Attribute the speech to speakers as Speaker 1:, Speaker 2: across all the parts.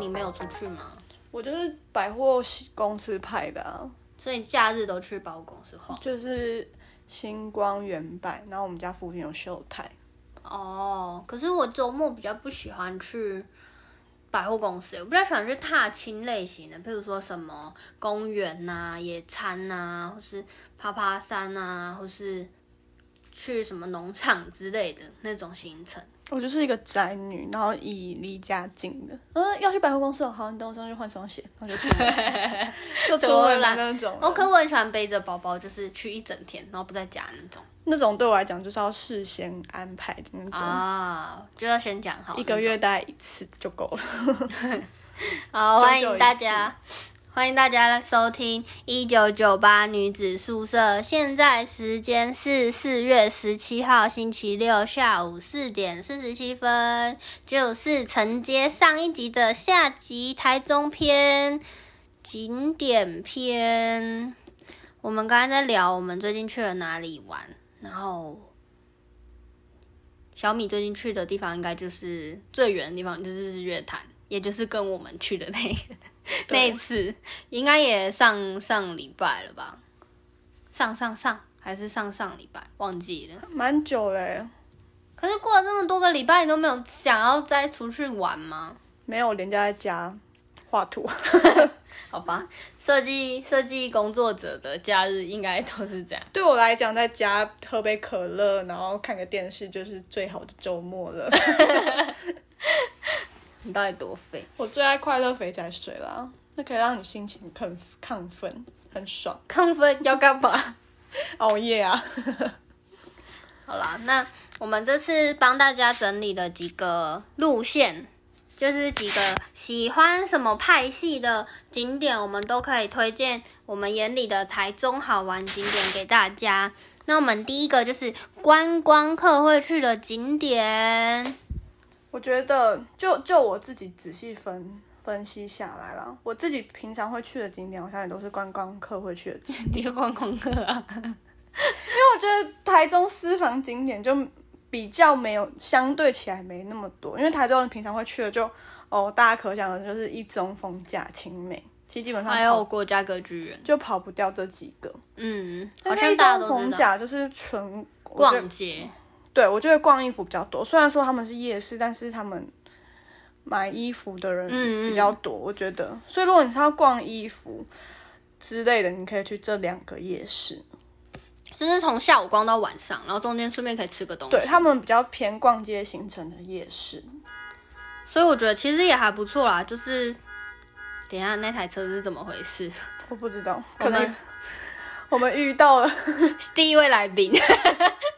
Speaker 1: 你没有出去吗？
Speaker 2: 我就是百货公司派的啊，
Speaker 1: 所以假日都去百货公司
Speaker 2: 哦嗯
Speaker 1: 晃。
Speaker 2: 就是星光原版，然后我们家附近有秀泰，
Speaker 1: 哦，可是我周末比较不喜欢去百货公司，我比较喜欢去踏青类型的，譬如说什么公园呐、野餐呐、或是爬爬山呐、或是去什么农场之类的那种行程。
Speaker 2: 我就是一个宅女，然后以离家近的，嗯，要去百货公司哦，好，你等我上去换双鞋，然后就出门， 就出门的那种人。
Speaker 1: 哦，可我很喜欢背着包包，就是去一整天，然后不在家那种
Speaker 2: 那种对我来讲就是要事先安排嗯的那种，
Speaker 1: 啊，就要先讲好
Speaker 2: 一个月大概一次就够了。
Speaker 1: 好， 欢迎
Speaker 2: 久久
Speaker 1: 大
Speaker 2: 一次
Speaker 1: 家，欢迎大家收听一九九八女子宿舍。现在时间是四月十七号星期六下午四点四十七分，就是承接上一集的下集台中篇景点篇。我们刚才在聊我们最近去了哪里玩，然后小米最近去的地方应该就是最远的地方，就是日月潭，也就是跟我们去的那个 那一次，应该也上上礼拜了吧？上上上还是上上礼拜忘记了。
Speaker 2: 蛮久嘞，
Speaker 1: 可是过了这么多个礼拜，你都没有想要再出去玩吗？
Speaker 2: 没有人家在家画图，
Speaker 1: 好吧，设计设计工作者的假日应该都是这样。
Speaker 2: 对我来讲，在家喝杯可乐，然后看个电视，就是最好的周末了。
Speaker 1: 你到底多废？
Speaker 2: 我最爱快乐肥仔水啦，那可以让你心情亢亢奋，很爽，
Speaker 1: 亢奋要干嘛？
Speaker 2: 熬夜啊。
Speaker 1: 好啦，那我们这次帮大家整理了几个路线，就是几个喜欢什么派系的景点，我们都可以推荐我们眼里的台中好玩景点给大家。那我们第一个就是观光客会去的景点，
Speaker 2: 我觉得就就我自己仔细分分析下来啦，我自己平常会去的景点，好像也都是观光客会去的 景点。
Speaker 1: 第一个观光客啊，
Speaker 2: 因为我觉得台中私房景点就比较没有，相对起来没那么多，因为台中人平常会去的就哦，大家可想而知就是一中风假青美，其实基本上
Speaker 1: 还
Speaker 2: 跑
Speaker 1: 有国家歌剧院，
Speaker 2: 就跑不掉这几个。
Speaker 1: 嗯，好
Speaker 2: 但是
Speaker 1: 像
Speaker 2: 一
Speaker 1: 大家
Speaker 2: 中
Speaker 1: 都
Speaker 2: 逢
Speaker 1: 知道。
Speaker 2: 甲就是纯我觉得
Speaker 1: 逛街，
Speaker 2: 对，我觉得逛衣服比较多。虽然说他们是夜市，但是他们买衣服的人
Speaker 1: 嗯嗯
Speaker 2: 比较多，我觉得。所以如果你是要逛衣服之类的，你可以去这两个夜市。
Speaker 1: 就是从下午逛到晚上，然后中间顺便可以吃个东西。
Speaker 2: 对他们比较偏逛街行程的夜市，
Speaker 1: 所以我觉得其实也还不错啦。就是，等一下那台车是怎么回事？
Speaker 2: 我不知道，
Speaker 1: 我
Speaker 2: 可能
Speaker 1: 们
Speaker 2: 我们遇到了
Speaker 1: 第一位来宾，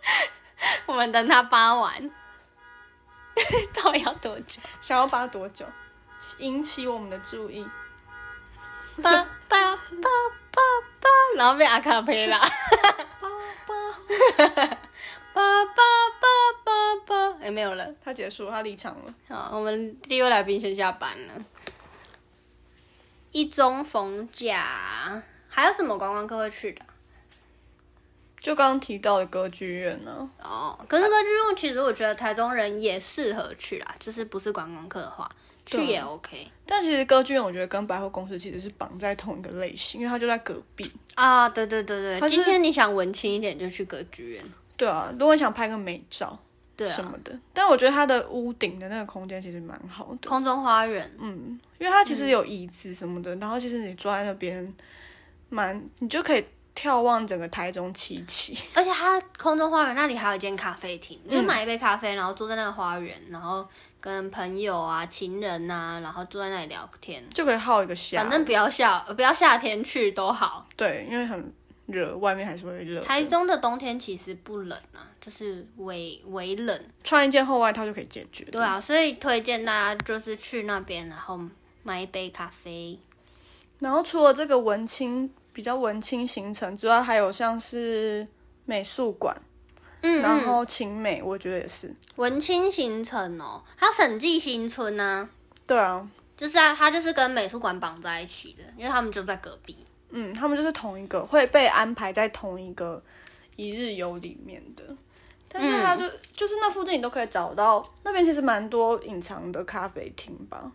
Speaker 1: 我们等他扒完， 到底要多 久？
Speaker 2: 想要扒多久，引起我们的注意。
Speaker 1: 扒扒扒扒扒，然后被阿卡贝拉，
Speaker 2: 扒扒，
Speaker 1: 扒扒扒扒扒，哎、没有了。
Speaker 2: 他结束了，他离场了。
Speaker 1: 好，我们第一位来宾先下班了。一中逢甲，还有什么观光客会去的？
Speaker 2: 就刚刚提到的歌剧院呢、
Speaker 1: 哦，可是歌剧院其实我觉得台中人也适合去啦，就是不是观光客的话，去
Speaker 2: 对
Speaker 1: 也 OK
Speaker 2: 但其实歌剧院我觉得跟百货公司其实是绑在同一个类型，因为它就在隔壁。
Speaker 1: 啊。对对对对，
Speaker 2: 它是
Speaker 1: 今天你想文青一点就去歌剧院，
Speaker 2: 对啊，如果你想拍个美照
Speaker 1: 对
Speaker 2: 什
Speaker 1: 啊，
Speaker 2: 么的，但我觉得它的屋顶的那个空间其实蛮好的，
Speaker 1: 空中花园，
Speaker 2: 嗯，因为它其实有椅子什么的，然后其实你坐在那边，蛮你就可以眺望整个台中七期，
Speaker 1: 而且它空中花园那里还有一间咖啡厅，就是买一杯咖啡，然后坐在那个花园，然后跟朋友啊、情人啊，然后坐在那里聊天。
Speaker 2: 就可以耗一个下午。
Speaker 1: 反正不要夏，呃不要夏天去都好。
Speaker 2: 对，因为很热，外面还是会热的，
Speaker 1: 台中的冬天其实不冷啊，就是微微冷。
Speaker 2: 穿一件厚外套就可以解决。
Speaker 1: 对啊，所以推荐大家就是去那边，然后买一杯咖啡。
Speaker 2: 然后除了这个文青比较文青行程之外，还有像是美术馆，
Speaker 1: 嗯，
Speaker 2: 然后晴美，我觉得也是。
Speaker 1: 文青行程哦，还有审计新村呢、
Speaker 2: 对啊，
Speaker 1: 就是啊，它就是跟美术馆绑在一起的，因为他们就在隔壁。
Speaker 2: 嗯，他们就是同一个会被安排在同一个一日游里面的，但是它就、
Speaker 1: 嗯
Speaker 2: 就是那附近你都可以找到，那边其实蛮多隐藏的咖啡厅吧，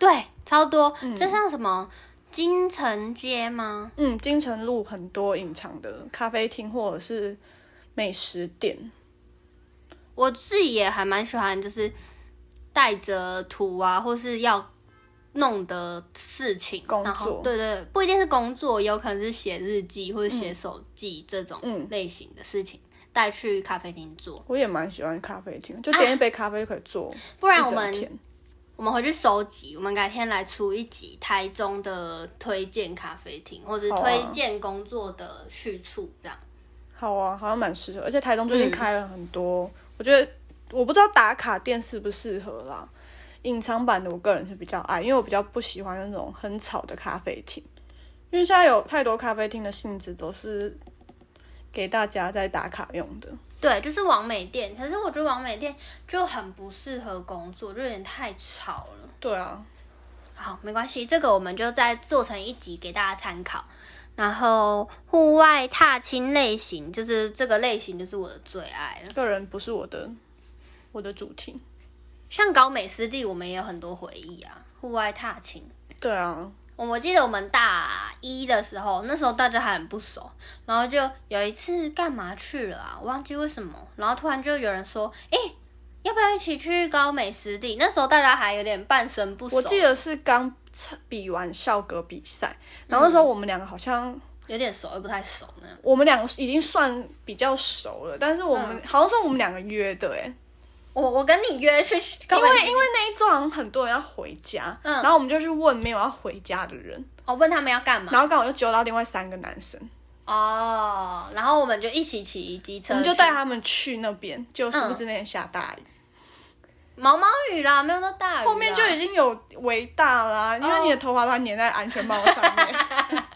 Speaker 1: 对，嗯超多，就像什么金城街吗？
Speaker 2: 嗯，金城路很多隐藏的咖啡厅或者是美食店，
Speaker 1: 我自己也还蛮喜欢，就是带着图啊，或是要弄的事情，
Speaker 2: 工作
Speaker 1: 然后对对，不一定是工作，有可能是写日记或者写手记这种
Speaker 2: 嗯
Speaker 1: 类型的事情，带、去咖啡厅做。
Speaker 2: 我也蛮喜欢咖啡厅，就点一杯咖啡可以做
Speaker 1: 啊不然
Speaker 2: 一
Speaker 1: 我
Speaker 2: 整
Speaker 1: 们
Speaker 2: 天。
Speaker 1: 我们回去收集，我们改天来出一集台中的推荐咖啡厅，或者
Speaker 2: 好啊
Speaker 1: 推荐工作的去处这样。
Speaker 2: 好啊，好像蛮适合，而且台东最近
Speaker 1: 嗯
Speaker 2: 开了很多，我觉得我不知道打卡店适不适合啦。隐藏版的我个人是比较啊爱，因为我比较不喜欢那种很吵的咖啡厅，因为现在有太多咖啡厅的性质都是给大家在打卡用的。
Speaker 1: 对，就是王美店，可是我觉得王美店就很不适合工作，就有点太吵了。
Speaker 2: 对啊，
Speaker 1: 好，没关系，这个我们就再做成一集给大家参考。然后户外踏青类型，就是这个类型就是我的最爱了。
Speaker 2: 个人不是我的我的主题。
Speaker 1: 像高美湿地，我们也有很多回忆啊，户外踏青。
Speaker 2: 对啊，
Speaker 1: 我我记得我们大一的时候，那时候大家还很不熟，然后就有一次干嘛去了啊？我忘记为什么，然后突然就有人说：“诶，要不要一起去高美湿地？”那时候大家还有点半生不熟，
Speaker 2: 我记得是刚比完校歌比赛，然后那时候我们两个好像
Speaker 1: 有点熟又不太熟那样。
Speaker 2: 我们两个已经算比较熟了，但是我们、好像是我们两个约的哎、
Speaker 1: 我我跟你约去高
Speaker 2: 因
Speaker 1: 美湿
Speaker 2: 为
Speaker 1: 地
Speaker 2: 因为那一周好像很多人要回家，嗯
Speaker 1: 嗯
Speaker 2: 然后我们就去问没有要回家的人，
Speaker 1: 我哦问他们要干嘛
Speaker 2: 然后刚好就揪到另外三个男生，
Speaker 1: 哦，然后我们就一起骑机车去，
Speaker 2: 我们就带他们去那边，结果殊不知那天下大雨，
Speaker 1: 毛毛雨啦，没有到大雨啦，
Speaker 2: 后面就已经有围大啦、因为你的头发都还粘在安全帽上面。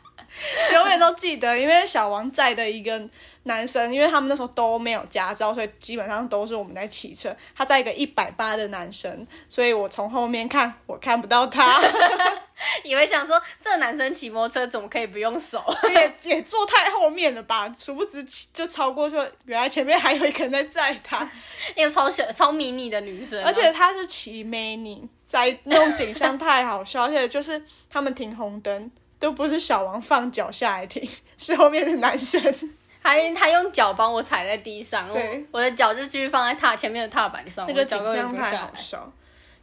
Speaker 2: 永远都记得，因为小王载的一个男生，因为他们那时候都没有驾照，所以基本上都是我们在骑车。他载一个一百八的男生，所以我从后面看我看不到他，
Speaker 1: 以为想说这个男生骑摩托车怎么可以不用手？
Speaker 2: 也也坐太后面了吧？殊不知就超过，就原来前面还有一个人在载他，
Speaker 1: 那个超小超迷你的女生，啊
Speaker 2: 而且他是骑 mini，在那种景象太好笑，而且就是他们停红灯都不是小王放脚下来停，是后面的男生。
Speaker 1: 还他用脚帮我踩在地上，我
Speaker 2: 对
Speaker 1: 我的脚就继续放在踏前面的踏板上，
Speaker 2: 那
Speaker 1: 我
Speaker 2: 个
Speaker 1: 脚
Speaker 2: 景
Speaker 1: 根本
Speaker 2: 象
Speaker 1: 停不下
Speaker 2: 太好
Speaker 1: 来。
Speaker 2: 笑。哦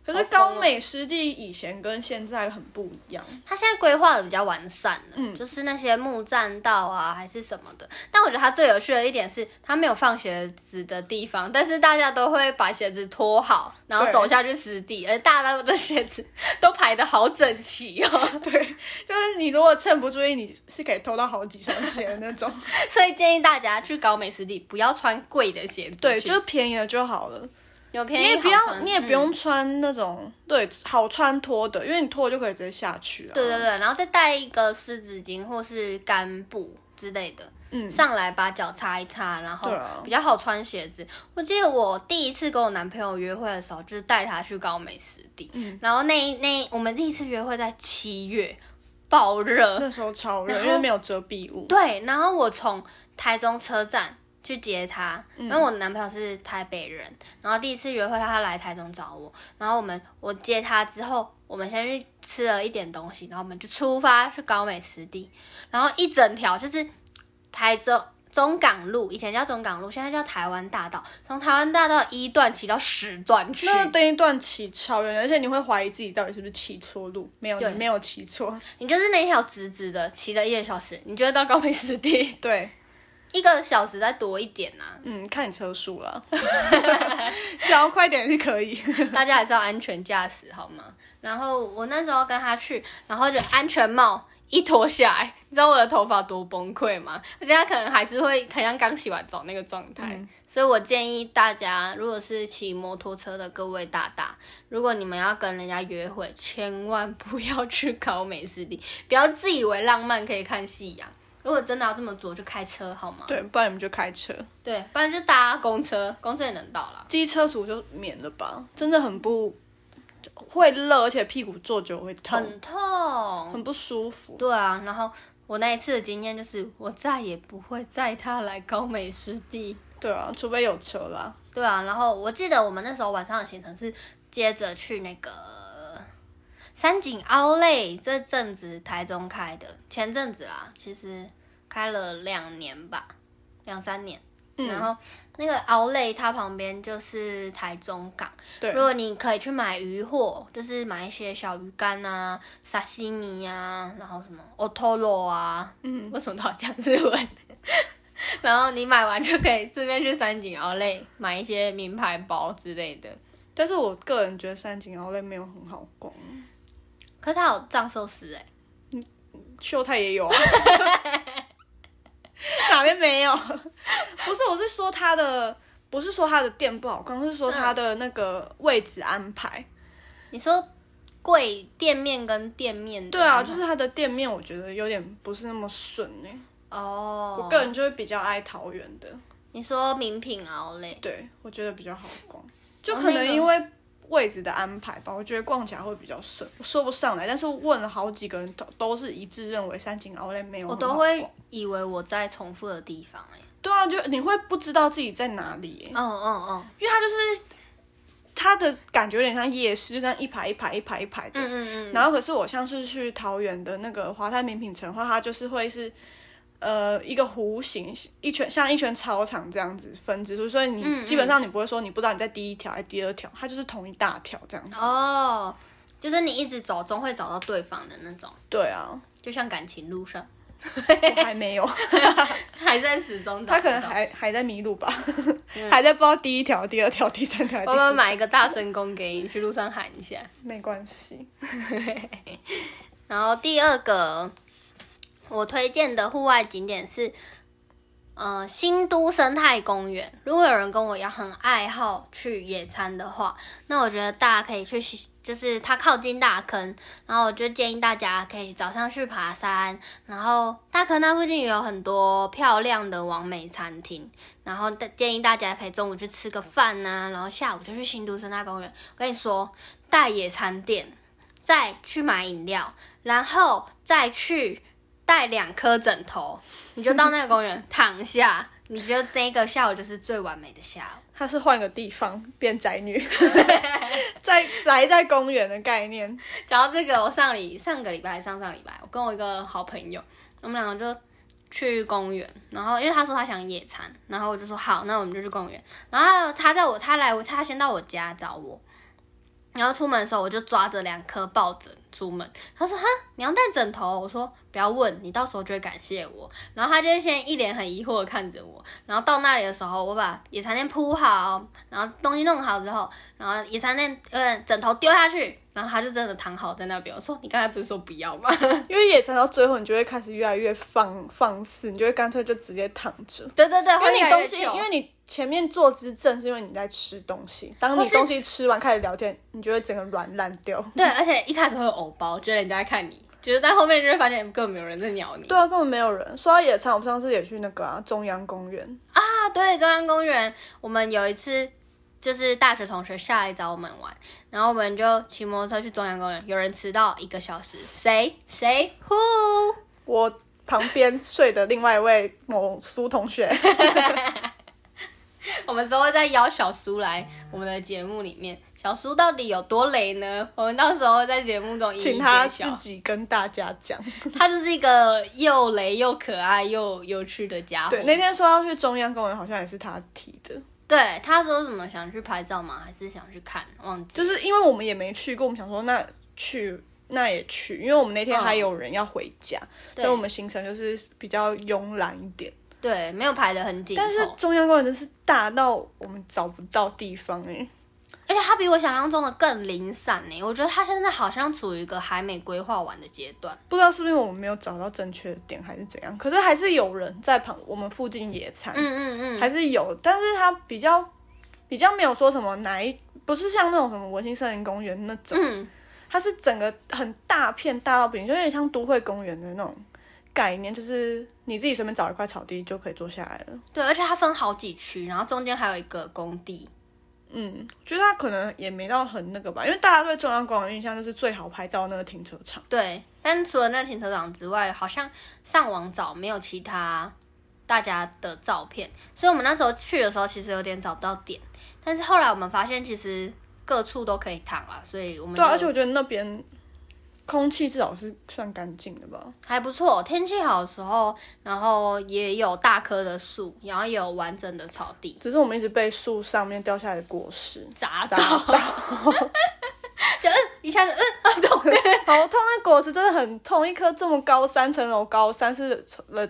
Speaker 2: 可是高美湿地以前跟现在很不一样，
Speaker 1: 他现在规划的比较完善了，
Speaker 2: 嗯
Speaker 1: 就是那些木栈道啊，还是什么的。但我觉得他最有趣的一点是，他没有放鞋子的地方，但是大家都会把鞋子脱好，然后
Speaker 2: 对
Speaker 1: 走下去湿地，而大家的鞋子 都排的好整齐哦。
Speaker 2: 嗯就是你如果趁不注意，你是可以偷到好几双鞋的那 种。
Speaker 1: 所以建议大家去搞美食地，不要穿贵的鞋子去，
Speaker 2: 对，就是便宜了就好了。
Speaker 1: 有便
Speaker 2: 你
Speaker 1: 宜
Speaker 2: 也不
Speaker 1: 好
Speaker 2: 要，
Speaker 1: 穿
Speaker 2: 你也不
Speaker 1: 嗯
Speaker 2: 用穿那种对好穿脱的，因为你脱了就可以直接下去啊。
Speaker 1: 对对对，然后再带一个湿纸巾或是干布之类的，
Speaker 2: 嗯
Speaker 1: 上来把脚擦一擦，然后
Speaker 2: 对啊
Speaker 1: 比较好穿鞋子。我记得我第一次跟我男朋友约会的时候，就是带他去高美湿地，
Speaker 2: 嗯
Speaker 1: 然后那那我们第一次约会在七月，爆热，
Speaker 2: 那时候超
Speaker 1: 然
Speaker 2: 热，
Speaker 1: 后
Speaker 2: 因为没有遮蔽物。
Speaker 1: 对，然后我从台中车站。去接他，因为我男朋友是台北人，然后第一次约会他来台中找我，然后我们我接他之后，我们先去吃了一点东西，然后我们就出发去高美湿地，然后一整条就是台中中港路，以前叫中港路，现在叫台湾大道，从台湾大道一段骑到十段去，
Speaker 2: 那那一段骑超远，而且你会怀疑自己到底是不是骑错路，没有，
Speaker 1: 对
Speaker 2: 你没有 骑错。
Speaker 1: 你就是那一条直直的，骑了一个小时，你就会到高美湿 地，
Speaker 2: 对，
Speaker 1: 一个小时再多一点啊呐、
Speaker 2: 嗯，看你车速 了，然后快点是可以。
Speaker 1: 大家还是要安全驾驶好吗？然后我那时候跟他去，然后就安全帽一脱下来， 你知道我的头发多崩溃吗？而且他可能还是会很像刚洗完澡那个状态，
Speaker 2: 嗯
Speaker 1: 所以我建议大家，如果是骑摩托车的各位大大，如果你们要跟人家约会，千万不要去考美斯地， 不要自以为浪漫可以看夕阳。如果真的要这么做，就开车好吗？
Speaker 2: 对，不然你们就开车，
Speaker 1: 对，不然就搭公车，公车也能到啦。
Speaker 2: 机车族就免了吧，真的很不会热，而且屁股坐久会痛，
Speaker 1: 很痛，
Speaker 2: 很不舒服。
Speaker 1: 对啊，然后我那一次的经验就是，我再也不会载他来高美湿地。
Speaker 2: 对啊，除非有车啦。
Speaker 1: 对啊，然后我记得我们那时候晚上的行程是接着去那个三井奥莱这阵子台中开的，前阵子啦，其实开了两年吧，两三年。然
Speaker 2: 嗯，
Speaker 1: 后那个奥莱它旁边就是台中港，
Speaker 2: 对
Speaker 1: 如，果你可以去买鱼货，就是买一些小鱼干啊、沙西米啊，然后什么 otoro 啊，
Speaker 2: 嗯，
Speaker 1: 为什么都要讲日文？ 然后你买完就可以顺便去三井奥莱买一些名牌包之类的。
Speaker 2: 但是我个人觉得三井奥莱没有很好逛，
Speaker 1: 可是它有藏寿司哎、
Speaker 2: 秀泰也有 啊，哪边没有？不是，我是说它的，不是说它的店不好逛，是说它的那个位置安排。
Speaker 1: 你说贵店面跟店面的
Speaker 2: 对啊，
Speaker 1: 安排
Speaker 2: 就是它的店面，我觉得有点不是那么顺哎、
Speaker 1: 哦，
Speaker 2: 我个人就会比较爱桃园的，
Speaker 1: 你说名品奥莱，
Speaker 2: 对我觉得比较好逛，就
Speaker 1: 哦
Speaker 2: 可
Speaker 1: 那
Speaker 2: 能
Speaker 1: 个
Speaker 2: 因为位置的安排吧，我觉得逛起来会比较顺。我说不上来，但是问了好几个人都都是一致认为三井奥莱没有
Speaker 1: 我
Speaker 2: 很好
Speaker 1: 都
Speaker 2: 逛，
Speaker 1: 会以为我在重复的地方哎、
Speaker 2: 对啊，就你会不知道自己在哪里欸耶、
Speaker 1: 嗯嗯嗯
Speaker 2: 因为它就是它的感觉有点像夜市，就这样一排一排一排一排的。
Speaker 1: 嗯嗯嗯，
Speaker 2: 然后可是我像是去桃园的那个华泰名品城的话，它就是会是呃一个弧形，一圈像一圈操场这样子分支出，所以
Speaker 1: 嗯
Speaker 2: 你
Speaker 1: 嗯
Speaker 2: 基本上你不会说你不知道你在第一条还是第二条，它就是同一大条 这样子。
Speaker 1: 哦，就是你一直走，总会找到对方的那种，
Speaker 2: 对啊，
Speaker 1: 就像感情路上，
Speaker 2: 我还没有，
Speaker 1: 还在始终找
Speaker 2: 他
Speaker 1: 不
Speaker 2: 可能
Speaker 1: 到。
Speaker 2: 还还在迷 路吧，还在不知道第一条、第二条、第三条、第
Speaker 1: 嗯我
Speaker 2: 四条
Speaker 1: 们，买一个大声公给你，去路上喊一下。
Speaker 2: 没关系。
Speaker 1: 然后第二个我推荐的户外景点是，呃，新都生态公园。如果有人跟我一样很爱好去野餐的话，那我觉得大家可以去西，就是它靠近大坑，然后我就建议大家可以早上去爬山，然后大坑那附近也有很多漂亮的完美餐厅，然后大建议大家可以中午去吃个饭呐、然后下午就去新都生态公园。我跟你说，带野餐垫。再去买饮料，然后再去带两颗枕头，你就到那个公园躺下，你觉得那个下午就是最完美的下午。
Speaker 2: 他是换个地方变宅 女，在宅在公园的概念，
Speaker 1: 讲到这个，我上礼上个礼拜还是上上礼拜，我跟我一个好朋友，我们两个就去公园，然后因为他说他想野餐，然后我就说好，那我们就去公园。然后他在我他来我他先到我家找我，然后出门的时候我就抓着两颗抱枕出门。他说哈，你要带枕头？我说不要问，你到时候就会感谢我。然后他就会先一脸很疑惑的看着我，然后到那里的时候，我把野餐垫铺好，然后东西弄好之后，然后野餐垫呃枕头丢下去，然后他就真的躺好在那边。我说你刚才不是说不要吗？
Speaker 2: 因为野餐到最后，你就会开始越来越放放肆，你就会干脆就直接躺着。
Speaker 1: 对对对，
Speaker 2: 因为
Speaker 1: 会越
Speaker 2: 你
Speaker 1: 来
Speaker 2: 东
Speaker 1: 越
Speaker 2: 西，
Speaker 1: 糗
Speaker 2: 因为你前面坐姿正，是因为你在吃东西。当
Speaker 1: 或
Speaker 2: 你
Speaker 1: 是
Speaker 2: 东西吃完开始聊天，你就会整个软烂掉。
Speaker 1: 对，而且一开始会有偶包，觉得人家在看你，觉得但后面就会发现根本没有人在鸟你。
Speaker 2: 对啊，根本没有人。说到野餐，我们上次也去那个、啊、中央公园，
Speaker 1: 啊，对，中央公园，我们有一次就是大学同学下来找我们玩，然后我们就骑摩托车去中央公园，有人迟到一个小时，谁谁 who？
Speaker 2: 我旁边睡的另外一位某苏同学，
Speaker 1: 我们之后会再邀小苏来我们的节目里面，小苏到底有多雷呢？我们到时候在节目 中一一
Speaker 2: 请
Speaker 1: 揭
Speaker 2: 他
Speaker 1: 晓。
Speaker 2: 自己跟大家讲。
Speaker 1: 他就是一个又雷又可爱又有趣的家伙。
Speaker 2: 对，那天说要去中央公园，好像也是他提的。
Speaker 1: 对他说什么想去拍照吗？还是想去看？忘记。
Speaker 2: 就是因为我们也没去过，我们想说那去那也去，因为我们那天还有人要回家，所以我们行程就是比较慵懒一点。
Speaker 1: 对，没有排的很紧
Speaker 2: 但是
Speaker 1: 凑，
Speaker 2: 中央公园真是大到我们找不到地方哎、
Speaker 1: 而且他比我想象中的更零散呢。我觉得他现在好像处于一个还没规划完的阶段。
Speaker 2: 不知道是不是我们没有找到正确的点还是怎样，可是还是有人在旁我们附近野餐，
Speaker 1: 嗯嗯嗯，
Speaker 2: 还是有，但是它比较比较没有说什么哪一。不是像那种什么文心森林公园那种，
Speaker 1: 嗯，
Speaker 2: 它是整个很大片大到不行，就有点像都会公园的那种概念，就是你自己随便找一块草地就可以坐下来了。
Speaker 1: 对，而且它分好几区，然后中间还有一个工地。
Speaker 2: 嗯，就是它可能也没到很那个吧，因为大家对中央公园的印象就是最好拍照那个停车场。
Speaker 1: 对，但除了那停车场之外，好像上网找没有其他大家的照片，所以我们那时候去的时候其实有点找不到点，但是后来我们发现其实各处都可以躺啊，所以我们
Speaker 2: 对啊，
Speaker 1: 就
Speaker 2: 而且我觉得那边空气至少是算干净的吧？
Speaker 1: 还不错。天气好的时候，然后也有大棵的树，然后也有完整的草地。
Speaker 2: 只是我们一直被树上面掉下来的果实
Speaker 1: 砸
Speaker 2: 砸
Speaker 1: 到，
Speaker 2: 到，
Speaker 1: 就嗯一下就嗯啊懂。
Speaker 2: 好痛！那果实真的很痛，一颗这么高三层楼高、三四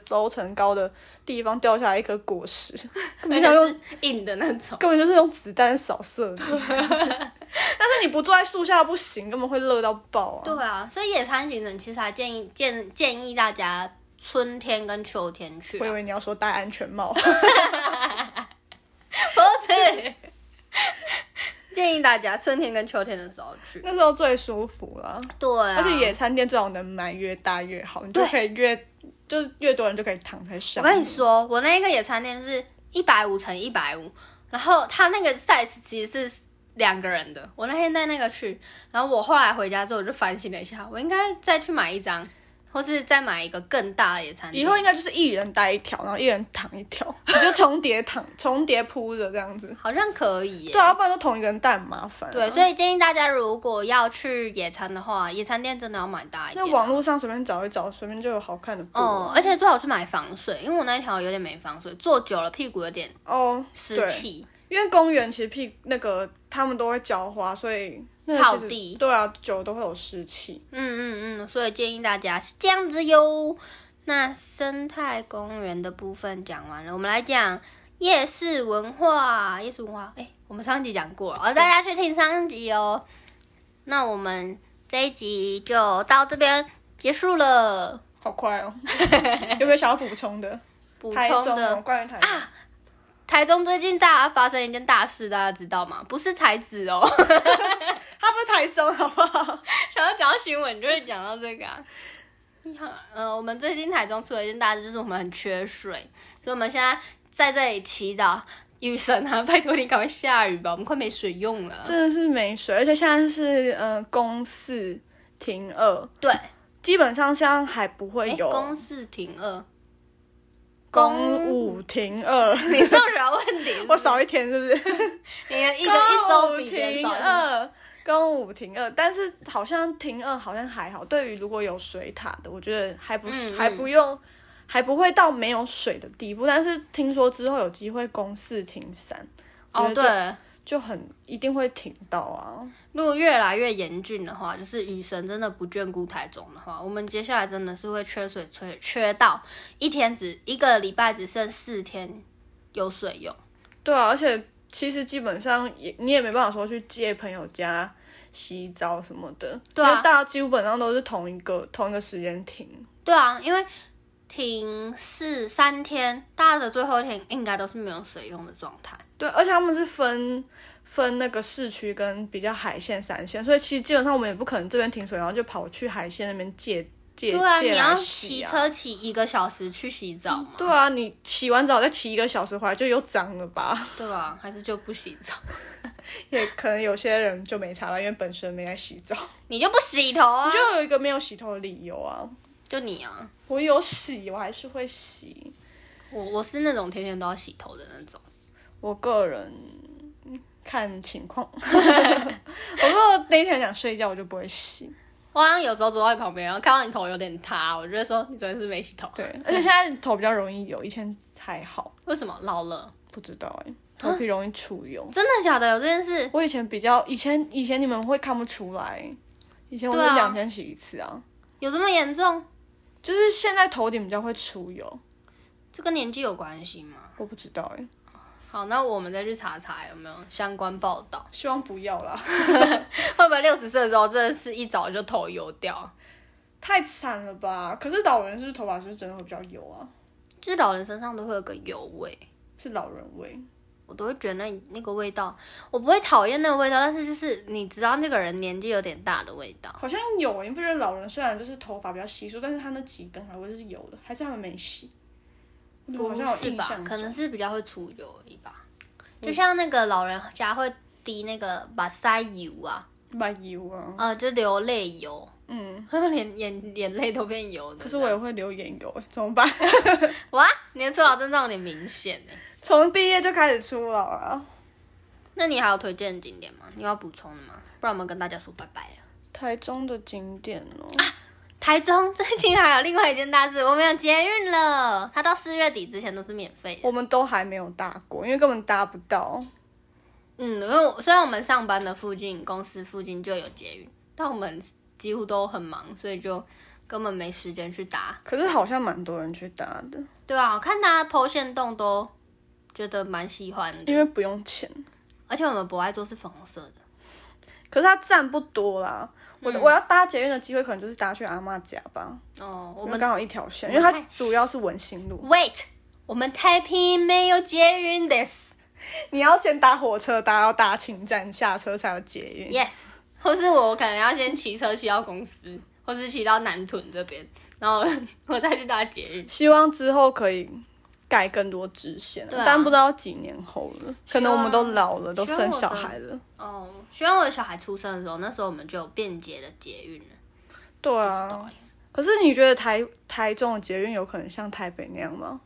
Speaker 2: 楼层高的地方掉下来一颗果 实，根
Speaker 1: 而
Speaker 2: 本像
Speaker 1: 且
Speaker 2: 用
Speaker 1: 是硬的那种，
Speaker 2: 根本就是用子弹扫射你。 但是你不坐在树下不行，根本会热到爆啊！
Speaker 1: 对啊，所以野餐行程其实还建议建建议大家春天跟秋天去
Speaker 2: 我以
Speaker 1: 啊，
Speaker 2: 为你要说戴安全 帽，
Speaker 1: 不是，建议大家春天跟秋天的时候去。
Speaker 2: 那时候最舒服了。
Speaker 1: 对、啊，
Speaker 2: 而且野餐垫最好能买越大越好，你就可以越就是越多人就可以躺在
Speaker 1: 我
Speaker 2: 上面。
Speaker 1: 跟你说，我那一个野餐垫是一百五乘一百五，然后它那个 size 其实是两个人的。我那天带那个去，然后我后来回家之后我就反省了一下，我应该再去买一张，或是再买一个更大的野餐垫。
Speaker 2: 以后应该就是一人带一条，然后一人躺一 条，你就重叠躺、重叠铺着这样子。
Speaker 1: 好像可以耶。
Speaker 2: 对啊，不然就同一个人带很麻烦、啊
Speaker 1: 对，所以建议大家如果要去野餐的话，野餐垫真的要买大一点。
Speaker 2: 那网络上随便找一找，随便就有好看的布
Speaker 1: 哦、
Speaker 2: 啊。
Speaker 1: 而且最好是买防水，因为我那一条有点没防水，坐久了屁股有点
Speaker 2: 哦，
Speaker 1: 湿
Speaker 2: 对，
Speaker 1: 气。
Speaker 2: 因为公园其实屁那个他们都会浇花，所以那个其实
Speaker 1: 草地
Speaker 2: 对啊，久了都会有湿气。
Speaker 1: 嗯嗯嗯，所以建议大家是这样子哟。那生态公园的部分讲完了，我们来讲夜市文化。夜市文化，哎、我们上一集讲过了，哦，大家去听上一集哦。那我们这一集就到这边结束了。
Speaker 2: 好 快哦！有没有想要补充的？
Speaker 1: 补
Speaker 2: 台
Speaker 1: 充
Speaker 2: 中
Speaker 1: 的啊
Speaker 2: 哦关于台中，
Speaker 1: 台中最近大家发生一件大事，大家知道吗？不是才子哦，
Speaker 2: 他不是台中哦好不好？
Speaker 1: 想要讲到新闻就会讲到这个、啊。你好，呃，我们最近台中出了一件大事，就是我们很缺水，所以我们现在在这里祈祷雨神啊，拜托你赶快下雨吧，我们快没水用了。
Speaker 2: 真的是没水，而且现在是呃公四停二，
Speaker 1: 对，
Speaker 2: 基本上现在还不会
Speaker 1: 哎，
Speaker 2: 有
Speaker 1: 公四停二，
Speaker 2: 公五停二，
Speaker 1: 你是不是有问题？
Speaker 2: 我少一天是不是？
Speaker 1: 你的一个一
Speaker 2: 公
Speaker 1: 周
Speaker 2: 五
Speaker 1: 比别人
Speaker 2: 停
Speaker 1: 少一天。
Speaker 2: 二，公五停二，但是好像停二好像还好。对于如果有水塔的，我觉得还不、
Speaker 1: 嗯嗯
Speaker 2: 还不用，还不会到没有水的地步。但是听说之后有机会公四停三，
Speaker 1: 哦，
Speaker 2: 我觉得
Speaker 1: 对，
Speaker 2: 就很一定会停到啊。
Speaker 1: 如果越来越严峻的话，就是雨神真的不眷顾台中的话，我们接下来真的是会缺水缺缺到一天只一个礼拜只剩四天有水用。
Speaker 2: 对啊，而且其实基本上也你也没办法说去借朋友家洗澡什么的，
Speaker 1: 对啊
Speaker 2: 因为大家基本上都是同一个同一个时间停。
Speaker 1: 对啊，因为停四三天，大家的最后一天应该都是没有水用的状态。
Speaker 2: 对，而且他们是分分那个市区跟比较海线、山线，所以其实基本上我们也不可能这边停水，然后就跑去海线那边借借、
Speaker 1: 对啊，
Speaker 2: 借
Speaker 1: 你要
Speaker 2: 来洗
Speaker 1: 骑
Speaker 2: 啊。
Speaker 1: 车骑一个小时去洗澡嘛？
Speaker 2: 对啊，你洗完澡再骑一个小时回来就又脏了吧？
Speaker 1: 对啊，还是就不洗澡？
Speaker 2: 也可能有些人就没擦吧，因为本身没在洗澡，
Speaker 1: 你就不洗头啊？
Speaker 2: 就有一个没有洗头的理由啊。
Speaker 1: 就你啊，
Speaker 2: 我有洗，我还是会洗。
Speaker 1: 我我是那种天天都要洗头的那种。
Speaker 2: 我个人嗯看情况， 我如果那一天想睡觉，我就不会洗。
Speaker 1: 我好像有时候走到你旁边，然后看到你头有点塌，我就会说你昨天是不是没洗头啊。
Speaker 2: 对，而且现在头比较容易油，以前还好，
Speaker 1: 为什么老了？
Speaker 2: 不知道
Speaker 1: 啊
Speaker 2: 哎、头皮容易出油。
Speaker 1: 真的假的？有这件事？
Speaker 2: 我以前比较，以前以前你们会看不出来，以前我
Speaker 1: 对
Speaker 2: 是
Speaker 1: 啊
Speaker 2: 两天洗一次啊，
Speaker 1: 有这么严重？
Speaker 2: 就是现在头顶比较会出油，
Speaker 1: 这跟年纪有关系吗？
Speaker 2: 我不知道哎、
Speaker 1: 好，那我们再去查查有没有相关报道。
Speaker 2: 希望不要啦，
Speaker 1: 会不会六十岁的时候真的是一早就头油掉？
Speaker 2: 太惨了吧？可是老人是不是头发是真的会比较油啊？
Speaker 1: 就是老人身上都会有个油味，
Speaker 2: 是老人味，
Speaker 1: 我都会觉得那那个味道，我不会讨厌那个味道，但是就是你知道那个人年纪有点大的味道。
Speaker 2: 好像有、欸，你不觉得老人虽然就是头发比较稀疏，但是他那几根还会是油的，还是他们没洗？我怎么好像有
Speaker 1: 是
Speaker 2: 印
Speaker 1: 吧
Speaker 2: 象？
Speaker 1: 可能
Speaker 2: 中嗯
Speaker 1: 是比较会出油而已吧。就像那个老人家会滴那个把塞油啊，
Speaker 2: 把油啊，
Speaker 1: 呃，就流泪油，
Speaker 2: 嗯。
Speaker 1: 他们连眼眼泪都变油的。
Speaker 2: 可是我也会流眼油、欸，怎么办？
Speaker 1: 哇，你的初老症状有点明显哎。
Speaker 2: 从毕业就开始出老啊了。
Speaker 1: 那你还有推荐的景点吗？你有要补充的吗？不然我们跟大家说拜拜了。
Speaker 2: 台中的景点哦，
Speaker 1: 啊台中 最近还有另外一件大事，我们有捷运了，它到四月底之前都是免费的。
Speaker 2: 我们都还没有搭过，因为根本搭不到。
Speaker 1: 嗯，因为我虽然我们上班的附近、公司附近就有捷运，但我们几乎都很忙，所以就根本没时间去搭。
Speaker 2: 可是好像蛮多人去搭的，
Speaker 1: 对啊，我看大家剖线洞都觉得蛮喜欢的，
Speaker 2: 因为不用钱。
Speaker 1: 而且我们博爱座是粉红色的。
Speaker 2: 可是它站不多啦，我、
Speaker 1: 嗯
Speaker 2: 我要搭捷运的机会可能就是搭去阿嬷家吧，
Speaker 1: 哦，我
Speaker 2: 我
Speaker 1: 们
Speaker 2: 们刚好一条线，因为它主要是文心 路。
Speaker 1: wait，我们太平没有捷运 this
Speaker 2: 你要先搭火车，搭到大清站下车才有捷运。
Speaker 1: yes，或是我可能要先骑车骑到公司，或是骑到南屯这边，然后 我再去搭捷运。
Speaker 2: 希望之后可以盖更多支线、
Speaker 1: 对啊
Speaker 2: 但不知道几年后了，可能我们都老了，都
Speaker 1: 希望
Speaker 2: 生小孩了。
Speaker 1: 哦，希望我的小孩出生的时候，那时候我们就有便捷的捷运了。
Speaker 2: 对
Speaker 1: 懂
Speaker 2: 啊，可是你觉得台台中的捷运有可能像台北那样吗？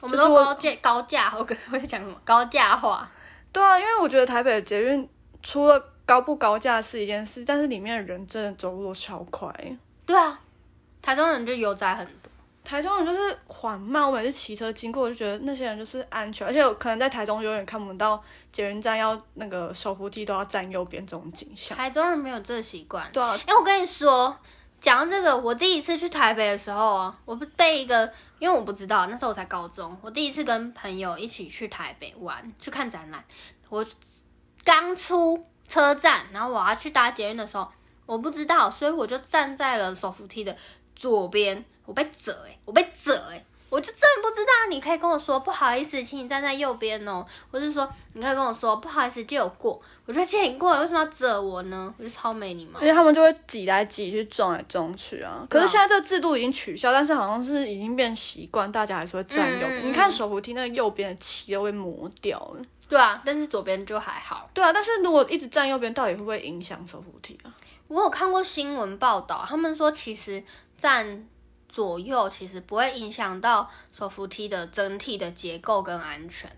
Speaker 1: 我们
Speaker 2: 就是
Speaker 1: 都
Speaker 2: 我
Speaker 1: 高价高价，我跟 我在讲什么高价化？
Speaker 2: 对啊，因为我觉得台北的捷运除了高不高价是一件事，但是里面的人真的走路都超快。
Speaker 1: 对啊，台中人就悠哉很多。
Speaker 2: 台中人就是缓慢，我每次骑车经过，我就觉得那些人就是安全，而且我可能在台中永远看不到捷运站要那个手扶梯都要站右边这种景象。
Speaker 1: 台中人没有这个习惯。
Speaker 2: 对啊，
Speaker 1: 哎、我跟你说，讲到这个，我第一次去台北的时候啊，我不被一个，因为我不知道，那时候我才高中，我第一次跟朋友一起去台北玩，去看展览。我刚出车站，然后我要去搭捷运的时候，我不知道，所以我就站在了手扶梯的左边，我被折哎、我被折哎、我就真的不知道，你可以跟我说不好意思，请你站在右边哦，或是说你可以跟我说不好意思借我过，我就借你过，为什么要折我呢？我就超没礼貌
Speaker 2: 而。且他们就会挤来挤去，撞来撞去啊。可
Speaker 1: 对啊
Speaker 2: 是现在这个制度已经取消，但是好像是已经变习惯，大家还是会站右边。
Speaker 1: 嗯嗯嗯
Speaker 2: 你看手扶梯那个右边的漆都被磨掉了。
Speaker 1: 对啊，但是左边就还好。
Speaker 2: 对啊，但是如果一直站右边，到底会不会影响手扶梯啊？
Speaker 1: 我有看过新闻报道，他们说其实站左右其实不会影响到手扶梯的整体的结构跟安全，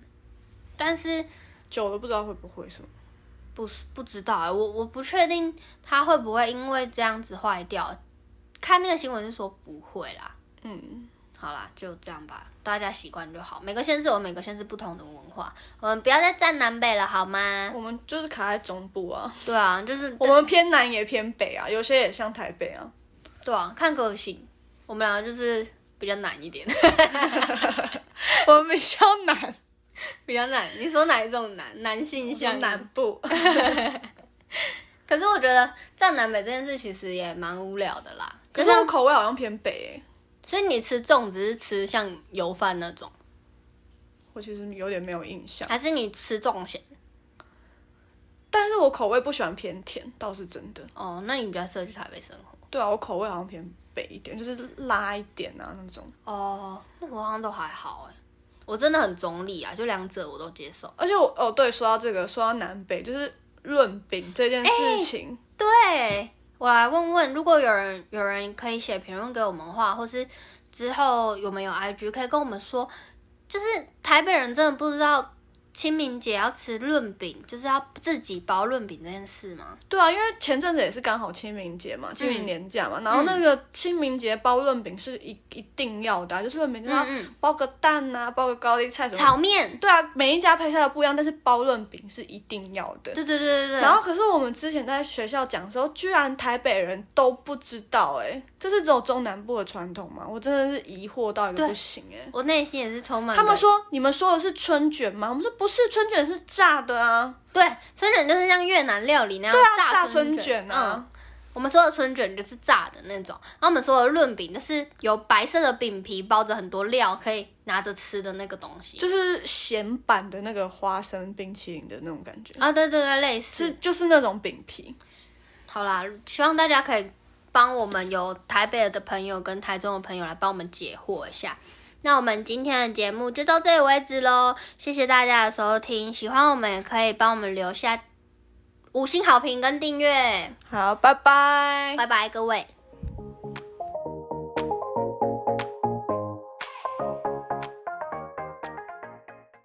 Speaker 1: 但是
Speaker 2: 久了不知道会不会什么。
Speaker 1: 不是不知道、欸，我我不确定它会不会因为这样子坏掉。看那个新闻是说不会啦。
Speaker 2: 嗯，
Speaker 1: 好啦，就这样吧，大家习惯就好。每个县市有每个县市不同的文化，我们不要再站南北了，好吗？
Speaker 2: 我们就是卡在中部啊，
Speaker 1: 对啊，就是
Speaker 2: 我们偏南也偏北啊，有些也像台北 啊。
Speaker 1: 对啊，看个性。我们两个就是比较难一点。
Speaker 2: 我们比较南，
Speaker 1: 比较难。你说哪一种难？男性向
Speaker 2: 像南部。
Speaker 1: 可是我觉得站南北这件事其实也蛮无聊的啦。
Speaker 2: 可
Speaker 1: 就是
Speaker 2: 我口味好像偏北欸诶、
Speaker 1: 所以你吃粽子是吃像油饭那种，
Speaker 2: 我其实有点没有印象。
Speaker 1: 还是你吃重咸？
Speaker 2: 但是我口味不喜欢偏甜，倒是真的。
Speaker 1: 哦，那你比较适合去台北生活。
Speaker 2: 对啊，我口味好像偏北一点，就是辣一点啊那种。
Speaker 1: 哦，那我好像都还好哎、我真的很中立啊，就两者我都接受。
Speaker 2: 而且我哦，对，说到这个，说到南北，就是论饼这件事情，
Speaker 1: 对我来问问，如果有人有人可以写评论给我们的话，或是之后有没有 IG 可以跟我们说，就是台北人真的不知道清明节要吃润饼，就是要自己包润饼这件事吗？
Speaker 2: 对啊，因为前阵子也是刚好清明节嘛，清明年假嘛，然后那个清明节包润饼是一一定要的啊、就是润饼就是要
Speaker 1: 嗯嗯，
Speaker 2: 包个蛋啊，包个高丽菜什么。
Speaker 1: 炒面，
Speaker 2: 对啊，每一家配菜都不一样，但是包润饼是一定要的。
Speaker 1: 对对对对啊对，
Speaker 2: 然后，可是我们之前在学校讲的时候，居然台北人都不知道、哎，这是只有中南部的传统吗？我真的是疑惑到一个
Speaker 1: 对
Speaker 2: 不行、哎。
Speaker 1: 我内心也是充满
Speaker 2: 他们
Speaker 1: 了
Speaker 2: 说你们说的是春卷吗？我们说不是，春卷是炸的啊，
Speaker 1: 对春卷就是像越南料理那样
Speaker 2: 对啊，炸
Speaker 1: 春
Speaker 2: 春卷
Speaker 1: 嗯
Speaker 2: 啊，
Speaker 1: 我们说的春卷就是炸的那种，然后我们说的润饼就是有白色的饼皮包着很多料，可以拿着吃的那个东西。
Speaker 2: 就是咸版的那个花生冰淇淋的那种感觉，
Speaker 1: 啊，对对对，类似。
Speaker 2: 是就是那种饼皮。
Speaker 1: 好啦，希望大家可以帮我们有台北的朋友跟台中的朋友来帮我们解惑一下。那我们今天的节目就到这里为止喽，谢谢大家的收听，喜欢我们也可以帮我们留下五星好评跟订阅，
Speaker 2: 好，拜拜。
Speaker 1: 拜拜各位。